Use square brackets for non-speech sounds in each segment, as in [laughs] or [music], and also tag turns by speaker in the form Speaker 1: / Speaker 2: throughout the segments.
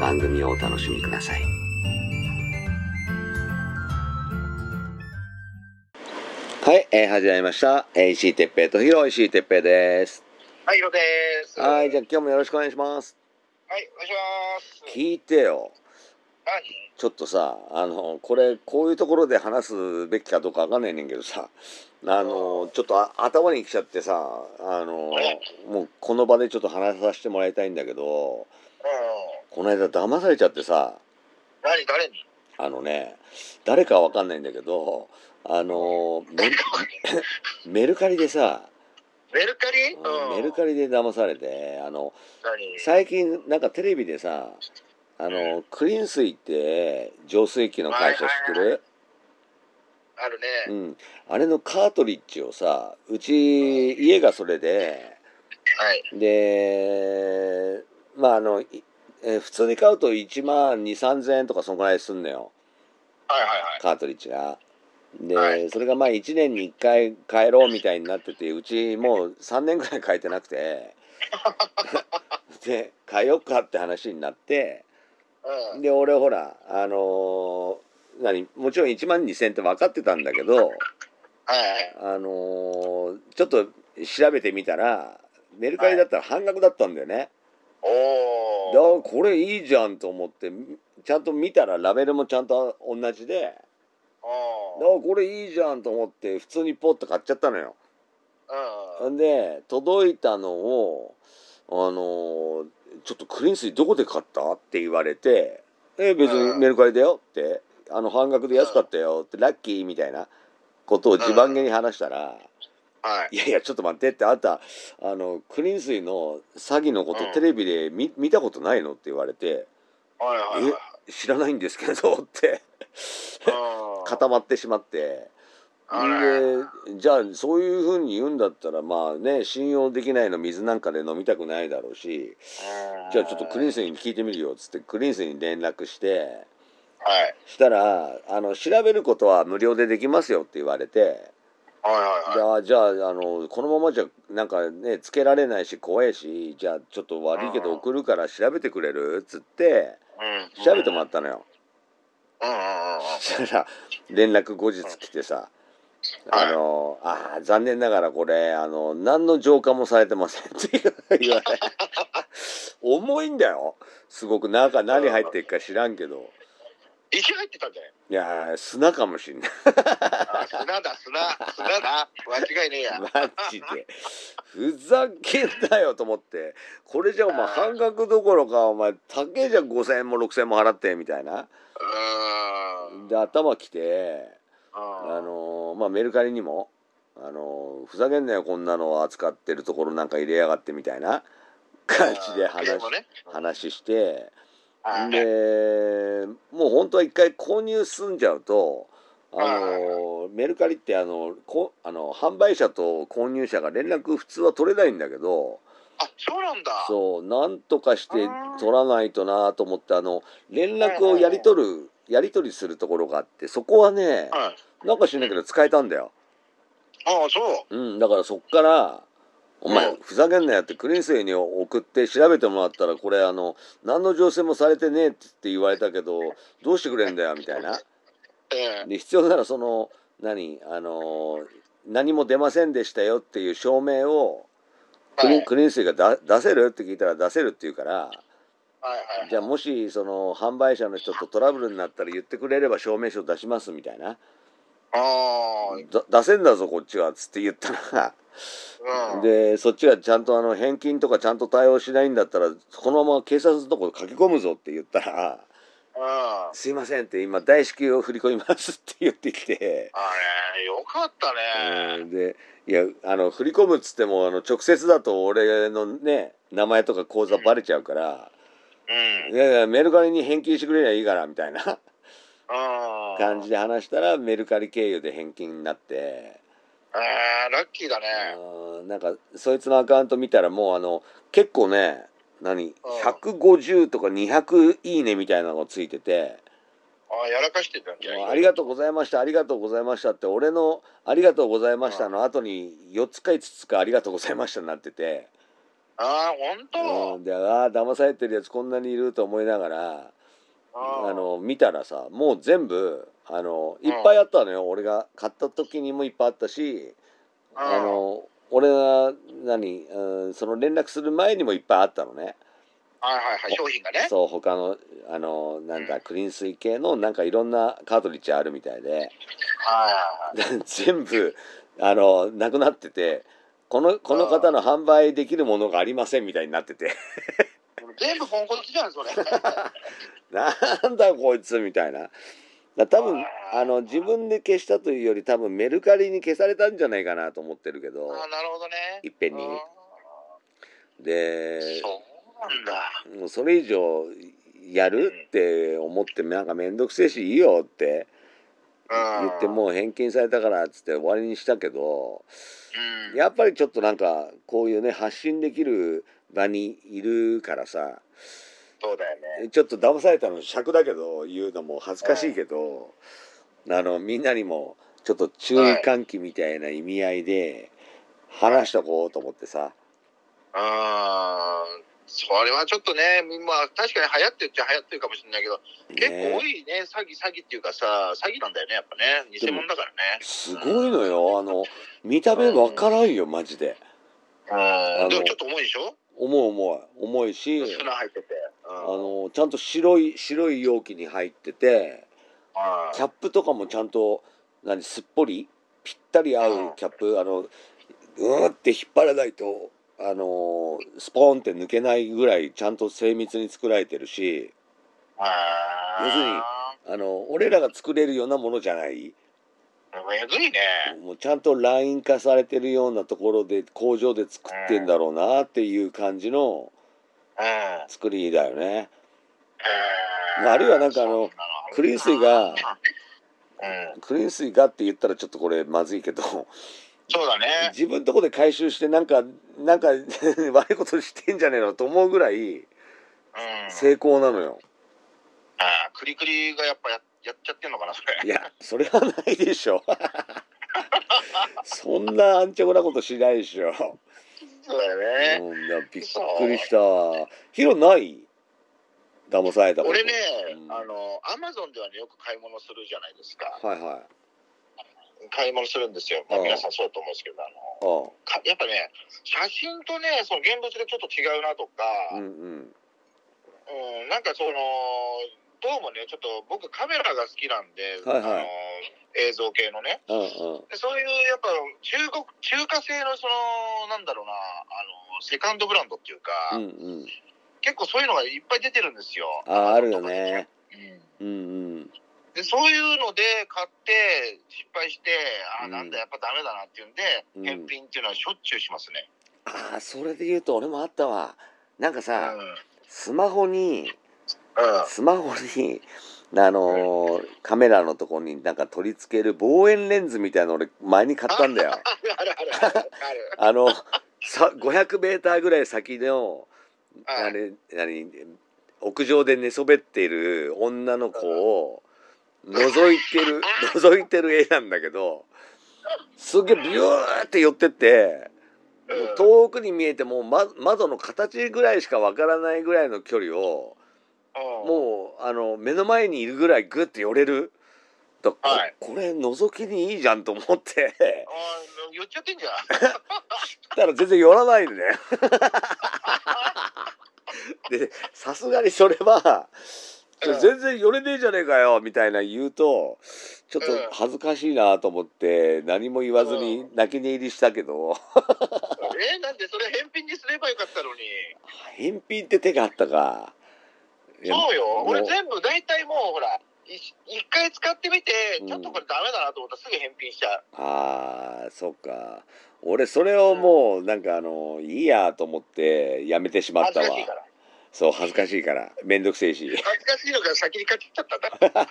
Speaker 1: 番組をお楽しみください。はい、えー、始まりました。えー、石井哲平とひろ石井哲平です。
Speaker 2: はい、ヒロです。はい、
Speaker 1: はい、じゃあ今日もよろしくお願いします。
Speaker 2: お願いします。
Speaker 1: 聞いてよ。
Speaker 2: 何
Speaker 1: ちょっとさあのこれこういうところで話すべきかどうかわかんないねんけどさあのちょっとあ頭にきちゃってさあのもうこの場でちょっと話させてもらいたいんだけど
Speaker 2: うん。
Speaker 1: この間騙されちゃってさ
Speaker 2: 何誰に
Speaker 1: あのね誰かわかんないんだけどあのメ
Speaker 2: 誰かわかんない
Speaker 1: メルカリでさ、
Speaker 2: メルカリ
Speaker 1: うんメルカ
Speaker 2: リ
Speaker 1: リで騙されてあの
Speaker 2: 何
Speaker 1: 最近なんかテレビでさあのクリーン水って浄水器の会社知ってる、
Speaker 2: あるね。
Speaker 1: うん、あれのカートリッジをさうち家がそれで
Speaker 2: はい。
Speaker 1: でまああのいえー普通に買うと1万2 3 0円とかそんぐらいすんのよ
Speaker 2: はいはいはい。
Speaker 1: カートリッジが。で、
Speaker 2: はい
Speaker 1: それがまあ1年に1回変えろうみたいになっててうちもう3年ぐらい変えてなく
Speaker 2: [laughs]
Speaker 1: てで変えよっかって話になって
Speaker 2: うん。
Speaker 1: で俺ほらあのー何もちろん1万2,000って分かってたんだけど
Speaker 2: はいはい。
Speaker 1: あのーちょっと調べてみたらメルカリだったら半額だったんだよね、
Speaker 2: お
Speaker 1: だ
Speaker 2: ー。
Speaker 1: からこれいいじゃんと思ってちゃんと見たらラベルもちゃんと同じでだから
Speaker 2: おー。
Speaker 1: これいいじゃんと思って普通にポッと買っちゃったのよ
Speaker 2: うん。
Speaker 1: んで届いたのをあのーちょっとクリーン水どこで買った?」って言われて「え別
Speaker 2: う
Speaker 1: に
Speaker 2: ん
Speaker 1: メルカリだよ」って「あの半額で安かったよ」って「ラッキー」みたいなことを自慢げに話したら
Speaker 2: はい。
Speaker 1: いやいやちょっと待ってってあんたあのクリーン水の詐欺のこと
Speaker 2: うん
Speaker 1: テレビで見,、見たことないのって言われて
Speaker 2: はいはいはい。
Speaker 1: 知らないんですけどって
Speaker 2: うん
Speaker 1: 固まってしまって
Speaker 2: あら
Speaker 1: でじゃあそういうふうに言うんだったらまあね信用できないの水なんかで飲みたくないだろうしじゃあちょっとクリーン水に聞いてみるよっつってクリーン水に連絡して
Speaker 2: はい。
Speaker 1: したらあの調べることは無料でできますよって言われて。
Speaker 2: はいはい
Speaker 1: じ
Speaker 2: は
Speaker 1: ゃ
Speaker 2: い。
Speaker 1: あじゃああのこのままじゃなんかねつけられないし怖いしじゃあちょっと悪いけど
Speaker 2: うん
Speaker 1: 送るから調べてくれるっつって
Speaker 2: うん
Speaker 1: 調べてもらったのよ。
Speaker 2: うんうんうんうん。
Speaker 1: そしたら連絡後日来てさ「
Speaker 2: はい
Speaker 1: あのあー残念ながらこれあの何の浄化もされてません」って [laughs] 言われ重いんだよすごく中何入ってるか知らんけど
Speaker 2: 石入ってたんじゃない
Speaker 1: いやー砂かもしんない [laughs]
Speaker 2: あ砂だ砂砂だ間違いねえ
Speaker 1: [laughs]
Speaker 2: や。
Speaker 1: マジでふざけんなよと思ってこれじゃお前半額どころかお前高えじゃん5,000円も6,000円も払ってみたいな
Speaker 2: うん。
Speaker 1: で頭きてあ
Speaker 2: あ
Speaker 1: のーまあメルカリにも、あのーふざけんなよこんなの扱ってるところなんか入れやがってみたいな感じで話し
Speaker 2: ゲームね
Speaker 1: 話して
Speaker 2: はい
Speaker 1: でもう本当は一回購入済んじゃうとあ
Speaker 2: はい
Speaker 1: のメルカリってあのこあの販売者と購入者が連絡普通は取れないんだけど
Speaker 2: あそうなんだ
Speaker 1: そうなんとかして
Speaker 2: あー
Speaker 1: 取らないとなと思ってあの連絡をやり取るやり取りするところがあってそこはね
Speaker 2: はい
Speaker 1: なんか知んないけど使えたんだよ。
Speaker 2: ああそう
Speaker 1: うん、だからそっから「お前
Speaker 2: うん
Speaker 1: ふざけんなよ」ってクリーン水に送って調べてもらったらこれあの何の情勢もされてねえって言われたけどどうしてくれんだよみたいな。
Speaker 2: ええ
Speaker 1: で必要ならその何あの何も出ませんでしたよっていう証明をクリ,、
Speaker 2: はい
Speaker 1: クリーン水がだ出せるって聞いたら出せるって言うから
Speaker 2: はいはい。
Speaker 1: じゃあもしその販売者の人とトラブルになったら言ってくれれば証明書出しますみたいな
Speaker 2: あー
Speaker 1: だ出せんだぞこっちはっつって言ったら
Speaker 2: うん。
Speaker 1: でそっちがちゃんとあの返金とかちゃんと対応しないんだったらこのまま警察のとこ駆け込むぞって言ったら
Speaker 2: うん。あ
Speaker 1: 「すいません」って今大至急を振り込みますって言ってきて。
Speaker 2: れ、よかったね。
Speaker 1: うんでいやあの振り込むっつってもあの直接だと俺のね名前とか口座バレちゃうから、
Speaker 2: うん。
Speaker 1: いやいやメルカリに返金してくれりゃいいからみたいな
Speaker 2: うん。
Speaker 1: 感じで話したらメルカリ経由で返金になって、
Speaker 2: えー、ラッキーだね。
Speaker 1: うんなんかそいつのアカウント見たらもうあの結構ね何150とか200いいねみたいなのがついてて
Speaker 2: あーやらかしてたん
Speaker 1: 「
Speaker 2: じゃん。
Speaker 1: ありがとうございましたありがとうございました」って俺の「ありがとうございました」の後に4つか5つか「ありがとうございました」になってて、
Speaker 2: ああ、本当。
Speaker 1: うん、でああ騙されてるやつこんなにいると思いながらあ
Speaker 2: うん、
Speaker 1: の見たらさもう全部あの
Speaker 2: う
Speaker 1: い
Speaker 2: ん
Speaker 1: っぱいあったのよ、俺が買った時にもいっぱいあったし、
Speaker 2: うん
Speaker 1: あの俺が何、うん、その連絡する前にもいっぱいあったのね
Speaker 2: はいはいはい、商品がね。
Speaker 1: そう他のあのなんだクリーン水系のなんかいろんなカートリッジあるみたいで
Speaker 2: はいは
Speaker 1: [laughs] 全部あのなくなっててこのこの方の販売できるものがありませんみたいになってて [laughs]
Speaker 2: いはい。全部ポンコツじゃん、それ。
Speaker 1: なんだこいつみたいな。だ多分あの自分で消したというより多分メルカリに消されたんじゃないかなと思ってるけど
Speaker 2: ああ、なるほどね。
Speaker 1: いっぺんに
Speaker 2: あ
Speaker 1: で
Speaker 2: ーそうなんだ。
Speaker 1: もうそれ以上やるって思ってなんか面倒くせえしいいよって
Speaker 2: うん
Speaker 1: 言って。もう返金されたからっつって終わりにしたけど
Speaker 2: うん。
Speaker 1: やっぱりちょっとなんかこういうね発信できる場にいるからさ
Speaker 2: そうだよね。
Speaker 1: ちょっと騙されたの尺だけど言うのも恥ずかしいけどあのみんなにもちょっと注意喚起みたいな意味合いで話しとこうと思ってさ。
Speaker 2: ああ。それはちょっとね、まあ、確かに流行ってるっちゃ流行ってるかもしれないけど、結構多いね、詐欺、詐欺っていうかさ、詐欺なんだよね、やっぱね。偽物だからね。
Speaker 1: すごいのよあの見た目わからんよマジであ
Speaker 2: う
Speaker 1: の
Speaker 2: ん。でもちょっと重いでしょ
Speaker 1: 重い重い重いし
Speaker 2: 砂入ってて。うん
Speaker 1: あのちゃんと白い白い容器に入ってて
Speaker 2: はい
Speaker 1: キャップとかもちゃんと何すっぽりぴったり合うキャップあのうーって引っ張らないとあのスポーンって抜けないぐらいちゃんと精密に作られてるし
Speaker 2: あー
Speaker 1: 要するにあの俺らが作れるようなものじゃない
Speaker 2: えぐいね。
Speaker 1: もうちゃんとライン化されてるようなところで工場で作ってんだろうなっていう感じの
Speaker 2: うん。え
Speaker 1: 作りだよね。
Speaker 2: ー
Speaker 1: あるいはなんかあの
Speaker 2: そあるな
Speaker 1: クリーン水が
Speaker 2: うん。
Speaker 1: クリーン水がって言ったらちょっとこれまずいけど
Speaker 2: そうだね。
Speaker 1: 自分とこで回収してなんかなんか [laughs] 悪いことしてんじゃねえのと思うぐらい
Speaker 2: うん。
Speaker 1: 成功なのよ。
Speaker 2: ああ、クリクリがやっぱややっちゃってんのかな、それ。
Speaker 1: いやそれはないでし
Speaker 2: [laughs]
Speaker 1: ょ。そんな安直なことしないでしょ。
Speaker 2: そうだ
Speaker 1: う
Speaker 2: よね。
Speaker 1: ん、いやびっくりしたわ。ヒロない騙されたこと。
Speaker 2: 俺ね、
Speaker 1: うん
Speaker 2: あの、アマゾンではね、よく買い物するじゃないですか。
Speaker 1: はいはい。
Speaker 2: 買い物するんですよ。まあ、
Speaker 1: うん
Speaker 2: 皆さんそうだと思うんですけど、あの、
Speaker 1: あ
Speaker 2: かやっぱね、写真とね、その現物でちょっと違うなとか、
Speaker 1: あうんうん。
Speaker 2: うん、なんかそのどうもねちょっと僕カメラが好きなんで、
Speaker 1: はいはい
Speaker 2: あの映像系のね
Speaker 1: うんうん。
Speaker 2: でそういうやっぱ中国中華製のそのなんだろうなあのセカンドブランドっていうか、
Speaker 1: うんうん。
Speaker 2: 結構そういうのがいっぱい出てるんですよ。
Speaker 1: あああるよね。
Speaker 2: うん
Speaker 1: うんうん。
Speaker 2: でそういうので買って失敗してあ
Speaker 1: う
Speaker 2: ー
Speaker 1: ん
Speaker 2: なんだやっぱダメだなっていうんで、
Speaker 1: うん
Speaker 2: 返品っていうのはしょっちゅうしますね。
Speaker 1: ああそれで言うと俺もあったわ。なんか
Speaker 2: うん
Speaker 1: さ、スマホに
Speaker 2: うん
Speaker 1: スマホにあのーカメラのとこになんか取り付ける望遠レンズみたいなの俺前に買ったんだよ。
Speaker 2: [laughs] あるあるあるある
Speaker 1: あのさ500メーターぐらい先の
Speaker 2: ある
Speaker 1: あ
Speaker 2: はい
Speaker 1: れ何屋上で寝そべっている女の子を覗いてる覗いてる絵なんだけどすげえビューって寄ってってもう遠くに見えてもうま窓の形ぐらいしかわからないぐらいの距離を
Speaker 2: うん
Speaker 1: もうあの目の前にいるぐらいグッて寄れるとこ
Speaker 2: はい
Speaker 1: これ覗きにいいじゃんと思って [laughs]
Speaker 2: あー言っちゃってんじゃん。 [laughs]
Speaker 1: たら全然寄らないでね [laughs] でさすがにそれは「ちょ
Speaker 2: うん
Speaker 1: 全然寄れねえじゃねえかよ」みたいな言うとちょっ
Speaker 2: うん
Speaker 1: と恥ずかしいなと思って何も言わずに
Speaker 2: う
Speaker 1: 泣き寝入りしたけど [laughs]
Speaker 2: えなんでそれ返品にすればよかったのに
Speaker 1: 返品って手があったか。いや
Speaker 2: そうよ
Speaker 1: もう
Speaker 2: 俺全部大体もうほらい一回使ってみてちょっとこれダメだなと思ったらすぐ返品しちゃう
Speaker 1: ああそっか俺それをもうなんかあのいいやと思ってやめてしまっ
Speaker 2: 恥
Speaker 1: た
Speaker 2: ず
Speaker 1: わ
Speaker 2: かしいから
Speaker 1: そう恥ずかしいからめんどくせえし
Speaker 2: 恥ずかしいのが先に買っちゃった
Speaker 1: [laughs]
Speaker 2: ん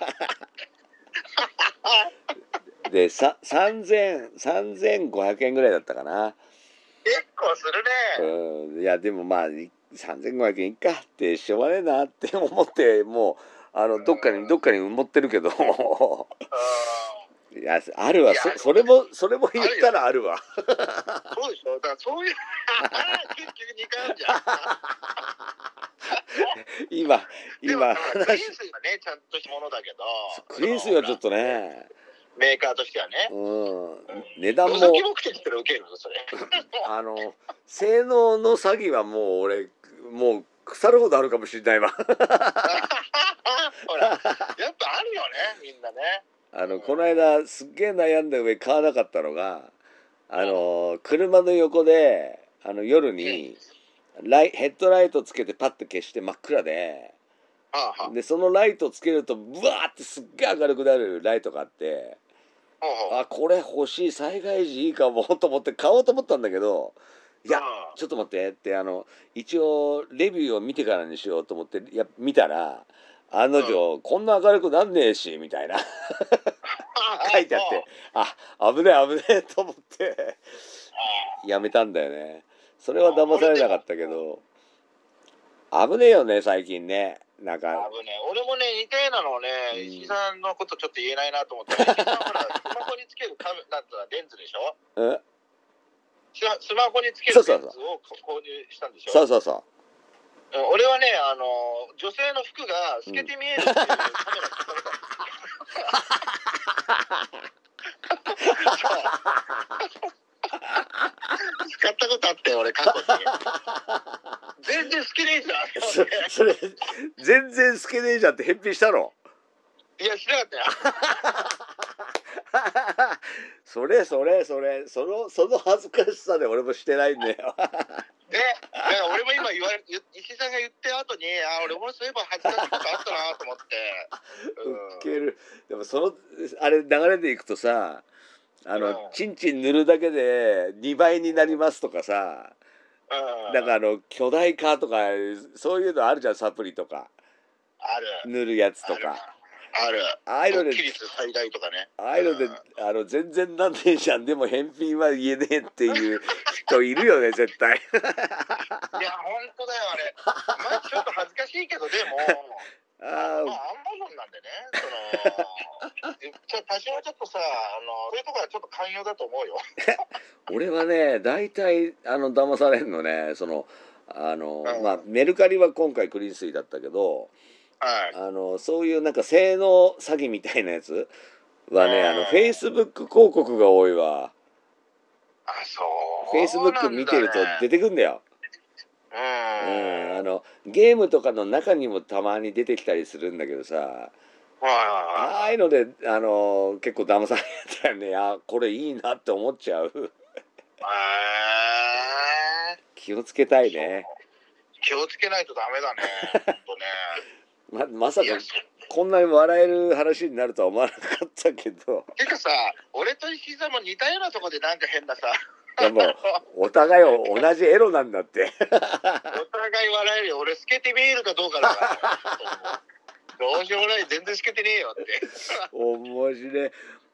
Speaker 2: だ
Speaker 1: でさ30003500円ぐらいだったかな
Speaker 2: 結構するね
Speaker 1: うんいやでもまあい3500円いっかってしょうがねえなって思ってもうあのどっかにどっかに埋もってるけ
Speaker 2: [laughs]
Speaker 1: ど
Speaker 2: う
Speaker 1: いやあるわそ
Speaker 2: いや
Speaker 1: それもそれも言ったらあるわ
Speaker 2: んそうでしょだからそう [laughs] いう結局2回あるじゃん
Speaker 1: 今
Speaker 2: でも
Speaker 1: [laughs] 今
Speaker 2: クリーン
Speaker 1: 話
Speaker 2: 水はねちゃんとしたものだけど
Speaker 1: クリーン水はちょっとね
Speaker 2: メーカーとしてはね
Speaker 1: うん値段
Speaker 2: 無
Speaker 1: も
Speaker 2: 先目的から受ける
Speaker 1: [laughs]
Speaker 2: のそれ
Speaker 1: あの性能の詐欺はもう俺もう腐るほどあるかもしれないわ
Speaker 2: ほらやっぱあるよねみんなね
Speaker 1: あのこの間すっげえ悩んだ上買わなかったのがあの車の横であの夜にライヘッドライトつけてパッと消して真っ暗で
Speaker 2: はあはあ
Speaker 1: でそのライトつけるとブワーってすっげえ明るくなるライトがあって
Speaker 2: ほうほう
Speaker 1: あこれ欲しい災害時いいかもと思って買おうと思ったんだけどいや
Speaker 2: うん
Speaker 1: ちょっと待ってってあの一応レビューを見てからにしようと思っていや見たら案の定、こんな明るくなんねえしみたいな書いてあってあ危ねえ危ねえと思ってやめたんだよねそれは騙されなかったけど危ねえよね最近ねなん
Speaker 2: あ
Speaker 1: か
Speaker 2: ぶね俺もね似たようなのをね、
Speaker 1: うん
Speaker 2: 石井さんのことちょっと言えないなと
Speaker 1: [laughs]
Speaker 2: 思って、ね、石井さんほらスマホにつけるカメなんつうのレンズでしょ
Speaker 1: うん
Speaker 2: スマスマホにつけるレ
Speaker 1: そ
Speaker 2: ン
Speaker 1: う
Speaker 2: ズ
Speaker 1: そ
Speaker 2: を
Speaker 1: うそう
Speaker 2: 購入したんでしょ
Speaker 1: そうそうそ
Speaker 2: うん俺はねあの女性の服が透けて見えるっていうカメラに使われたんですよ使ったことあって俺過去に全然好きねえじゃ
Speaker 1: うんそそれ全然透けねえじゃんって返品したの
Speaker 2: いやしなかったよ
Speaker 1: それそれそれそのその恥ずかしさで俺もしてないんだよ
Speaker 2: ね、だから俺も今言われ、ゆ石井さんが言って後に、あ、俺もそういえば恥ずかしいことあったなと思って。
Speaker 1: ウ
Speaker 2: うん
Speaker 1: ケるでもそのあれ流れでいくとさあの、
Speaker 2: うん
Speaker 1: チンチン塗るだけで2倍になりますとかさ
Speaker 2: うん、
Speaker 1: なんかあの巨大化とかそういうのあるじゃんサプリとか
Speaker 2: ある。
Speaker 1: 塗るやつと
Speaker 2: ある
Speaker 1: か。
Speaker 2: ある。
Speaker 1: ああいうので
Speaker 2: ドッキリス最大とかね。
Speaker 1: ああいうので
Speaker 2: うんあ
Speaker 1: あの全然なんねえじゃんでも返品は言えねえっていう人いるよね絶対
Speaker 2: いや、本当だよ、あれ。まあ、ちょっと恥ずかしいけど、でも。
Speaker 1: [laughs] あ
Speaker 2: ま
Speaker 1: あ
Speaker 2: あ、あんまもんなんでね。
Speaker 1: [laughs]
Speaker 2: その。ちょ、多少はちょっとさ、あの、そういうところはちょっと寛容だと思うよ。
Speaker 1: 俺はね大体あの騙されんのねそのあの、
Speaker 2: うん
Speaker 1: まあ、メルカリは今回クリーン水だったけど、
Speaker 2: はい。
Speaker 1: あのそういうなんか性能詐欺みたいなやつはねあのフェイスブック広告が多いわ
Speaker 2: あ、そう。
Speaker 1: フェイスブック見てると出て
Speaker 2: て。
Speaker 1: くんだよ、
Speaker 2: う。
Speaker 1: うんん、あのゲームとかの中にもたまに出てきたりするんだけどさ
Speaker 2: はいはいはい
Speaker 1: ああいうのであの結構騙されたよねあこれいいなって思っちゃう [laughs]
Speaker 2: へー
Speaker 1: 気をつけたいね
Speaker 2: 気をつけないとダメ
Speaker 1: [laughs]
Speaker 2: だね。ほんとね。
Speaker 1: ままさ
Speaker 2: い
Speaker 1: か
Speaker 2: や、っ
Speaker 1: こんなに笑える話になるとは思わなかったけど
Speaker 2: ていうかさ、俺と石井さんも似たようなとこでなんか変なさ、
Speaker 1: でもお互いを同じエロなんだって
Speaker 2: お互い笑えるよ。俺透けて見えるかどうか
Speaker 1: [laughs]
Speaker 2: だから。どうしようもない、全然透けてねえよって。
Speaker 1: 面白い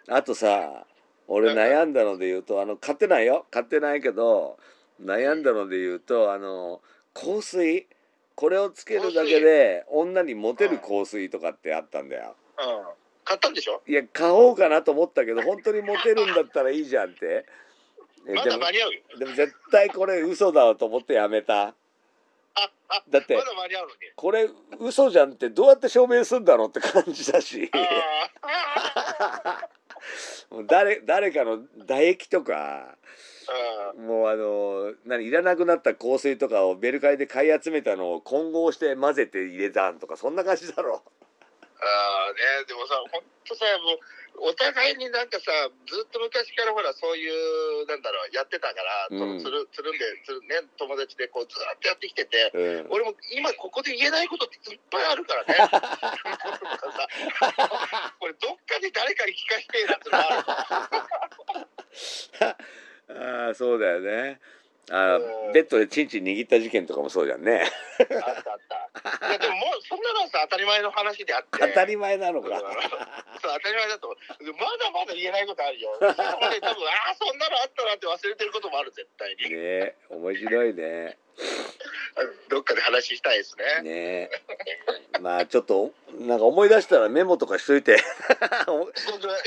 Speaker 1: あとさ俺悩んだので言うとあの買ってないよ買ってないけど悩んだので言うとあの香水これをつけるだけで女にモテる香水とかってあったんだよ
Speaker 2: うん。買ったんでしょ
Speaker 1: いや買おうかなと思ったけ
Speaker 2: [laughs]
Speaker 1: ど本当にモテるんだったらいいじゃんってえ
Speaker 2: ま
Speaker 1: で
Speaker 2: だ
Speaker 1: も
Speaker 2: 間に合うよ。
Speaker 1: でも絶対これ嘘だと思ってやめただって
Speaker 2: まだ間に合うのに。
Speaker 1: これ嘘じゃんってどうやって証明するんだろうって感じだし
Speaker 2: あー
Speaker 1: もう誰誰かの唾液とかもうあの何いらなくなった香水とかをベルカリで買い集めたのを混合して混ぜて入れたんとかそんな感じだろ
Speaker 2: ああね、でもさ、本当さ、もう、お互いになんかさ、ずっと昔からほら、そういう、なんだろう、やってたから、
Speaker 1: う
Speaker 2: そ
Speaker 1: ん
Speaker 2: のつるつるんで、つるね、友達でこう、ずっとやってきてて、
Speaker 1: う、うん、
Speaker 2: 俺も今ここで言えないことっていっぱいあるか
Speaker 1: [laughs]
Speaker 2: らね。なんかさこれどっかで誰かに聞かせてえなってのがある
Speaker 1: ああそうだよねあ
Speaker 2: うん
Speaker 1: ベッドでチンチン握った事件とかもそうじゃんね
Speaker 2: あったあった。いやでももうそんなのはさ当たり前の話であって。
Speaker 1: 当たり前なの
Speaker 2: [laughs] そう
Speaker 1: か
Speaker 2: 当たり前だと思う。まだまだ言えないことあるよ。それもね多分ああそんなのあったなって忘れてることもある絶対に。
Speaker 1: ね面白いね
Speaker 2: どっかで話したいですね。
Speaker 1: ねまあちょっとなんか思い出したらメモとかしといて [laughs]
Speaker 2: しとく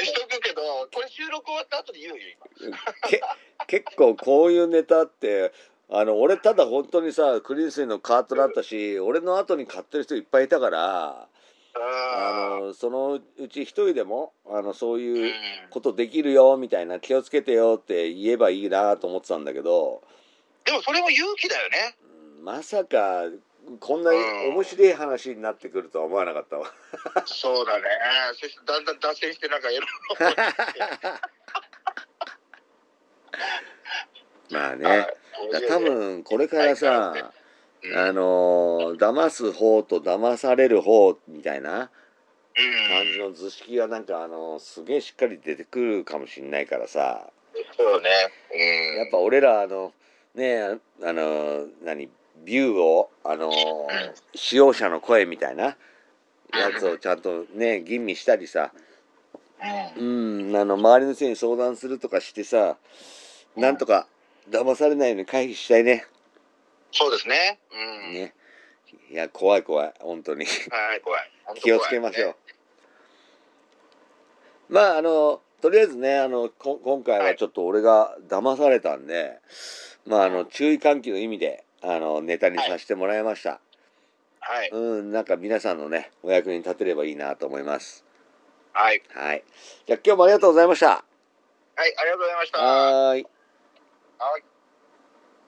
Speaker 2: しとくけど、これ収録終わった後に言うよ今。
Speaker 1: け結構こういうネタってあの俺ただ本当にさクリーンスイのカートだったし俺の後に買ってる人いっぱいいたからあ
Speaker 2: あ
Speaker 1: のそのうち一人でもあのそう
Speaker 2: うん。
Speaker 1: いうことできるよみたいな気をつけてよって言えばいいなと思ってたんだけど
Speaker 2: でもそれも勇気だよね。
Speaker 1: うんまさかこんなに面白い話になってくるとは思わなかったわ。 [laughs]
Speaker 2: そうだね。そしてだんだん脱線してなんかエロ。
Speaker 1: まあね、
Speaker 2: はい
Speaker 1: だから多分これからさ、
Speaker 2: うん
Speaker 1: あのー騙す方と騙される方みたいな感じ
Speaker 2: うん。
Speaker 1: の図式がなんかあのーすげえしっかり出てくるかもしんないからさ
Speaker 2: そうね。うん。
Speaker 1: やっぱ俺らあのねえあのー何ビューをあのー使用者の声みたいなやつをちゃんとね吟味したりさ
Speaker 2: うん
Speaker 1: うんあの周りの人に相談するとかしてさなんとか騙されないように回避したいね。
Speaker 2: そうですね。うん。
Speaker 1: ねいや怖い怖い本当に
Speaker 2: はい、怖い。
Speaker 1: 気をつけましょう、
Speaker 2: う。
Speaker 1: まああのとりあえずねあのこ今回はちょっと俺が騙されたんで、まああの注意喚起の意味であのネタにさせてもらいました、
Speaker 2: はい。
Speaker 1: うんなんか皆さんのねお役に立てればいいなと思います
Speaker 2: はい。
Speaker 1: はいじゃあ今日もありがとうございました
Speaker 2: はい、ありがとうございました。は
Speaker 1: はーい
Speaker 2: い。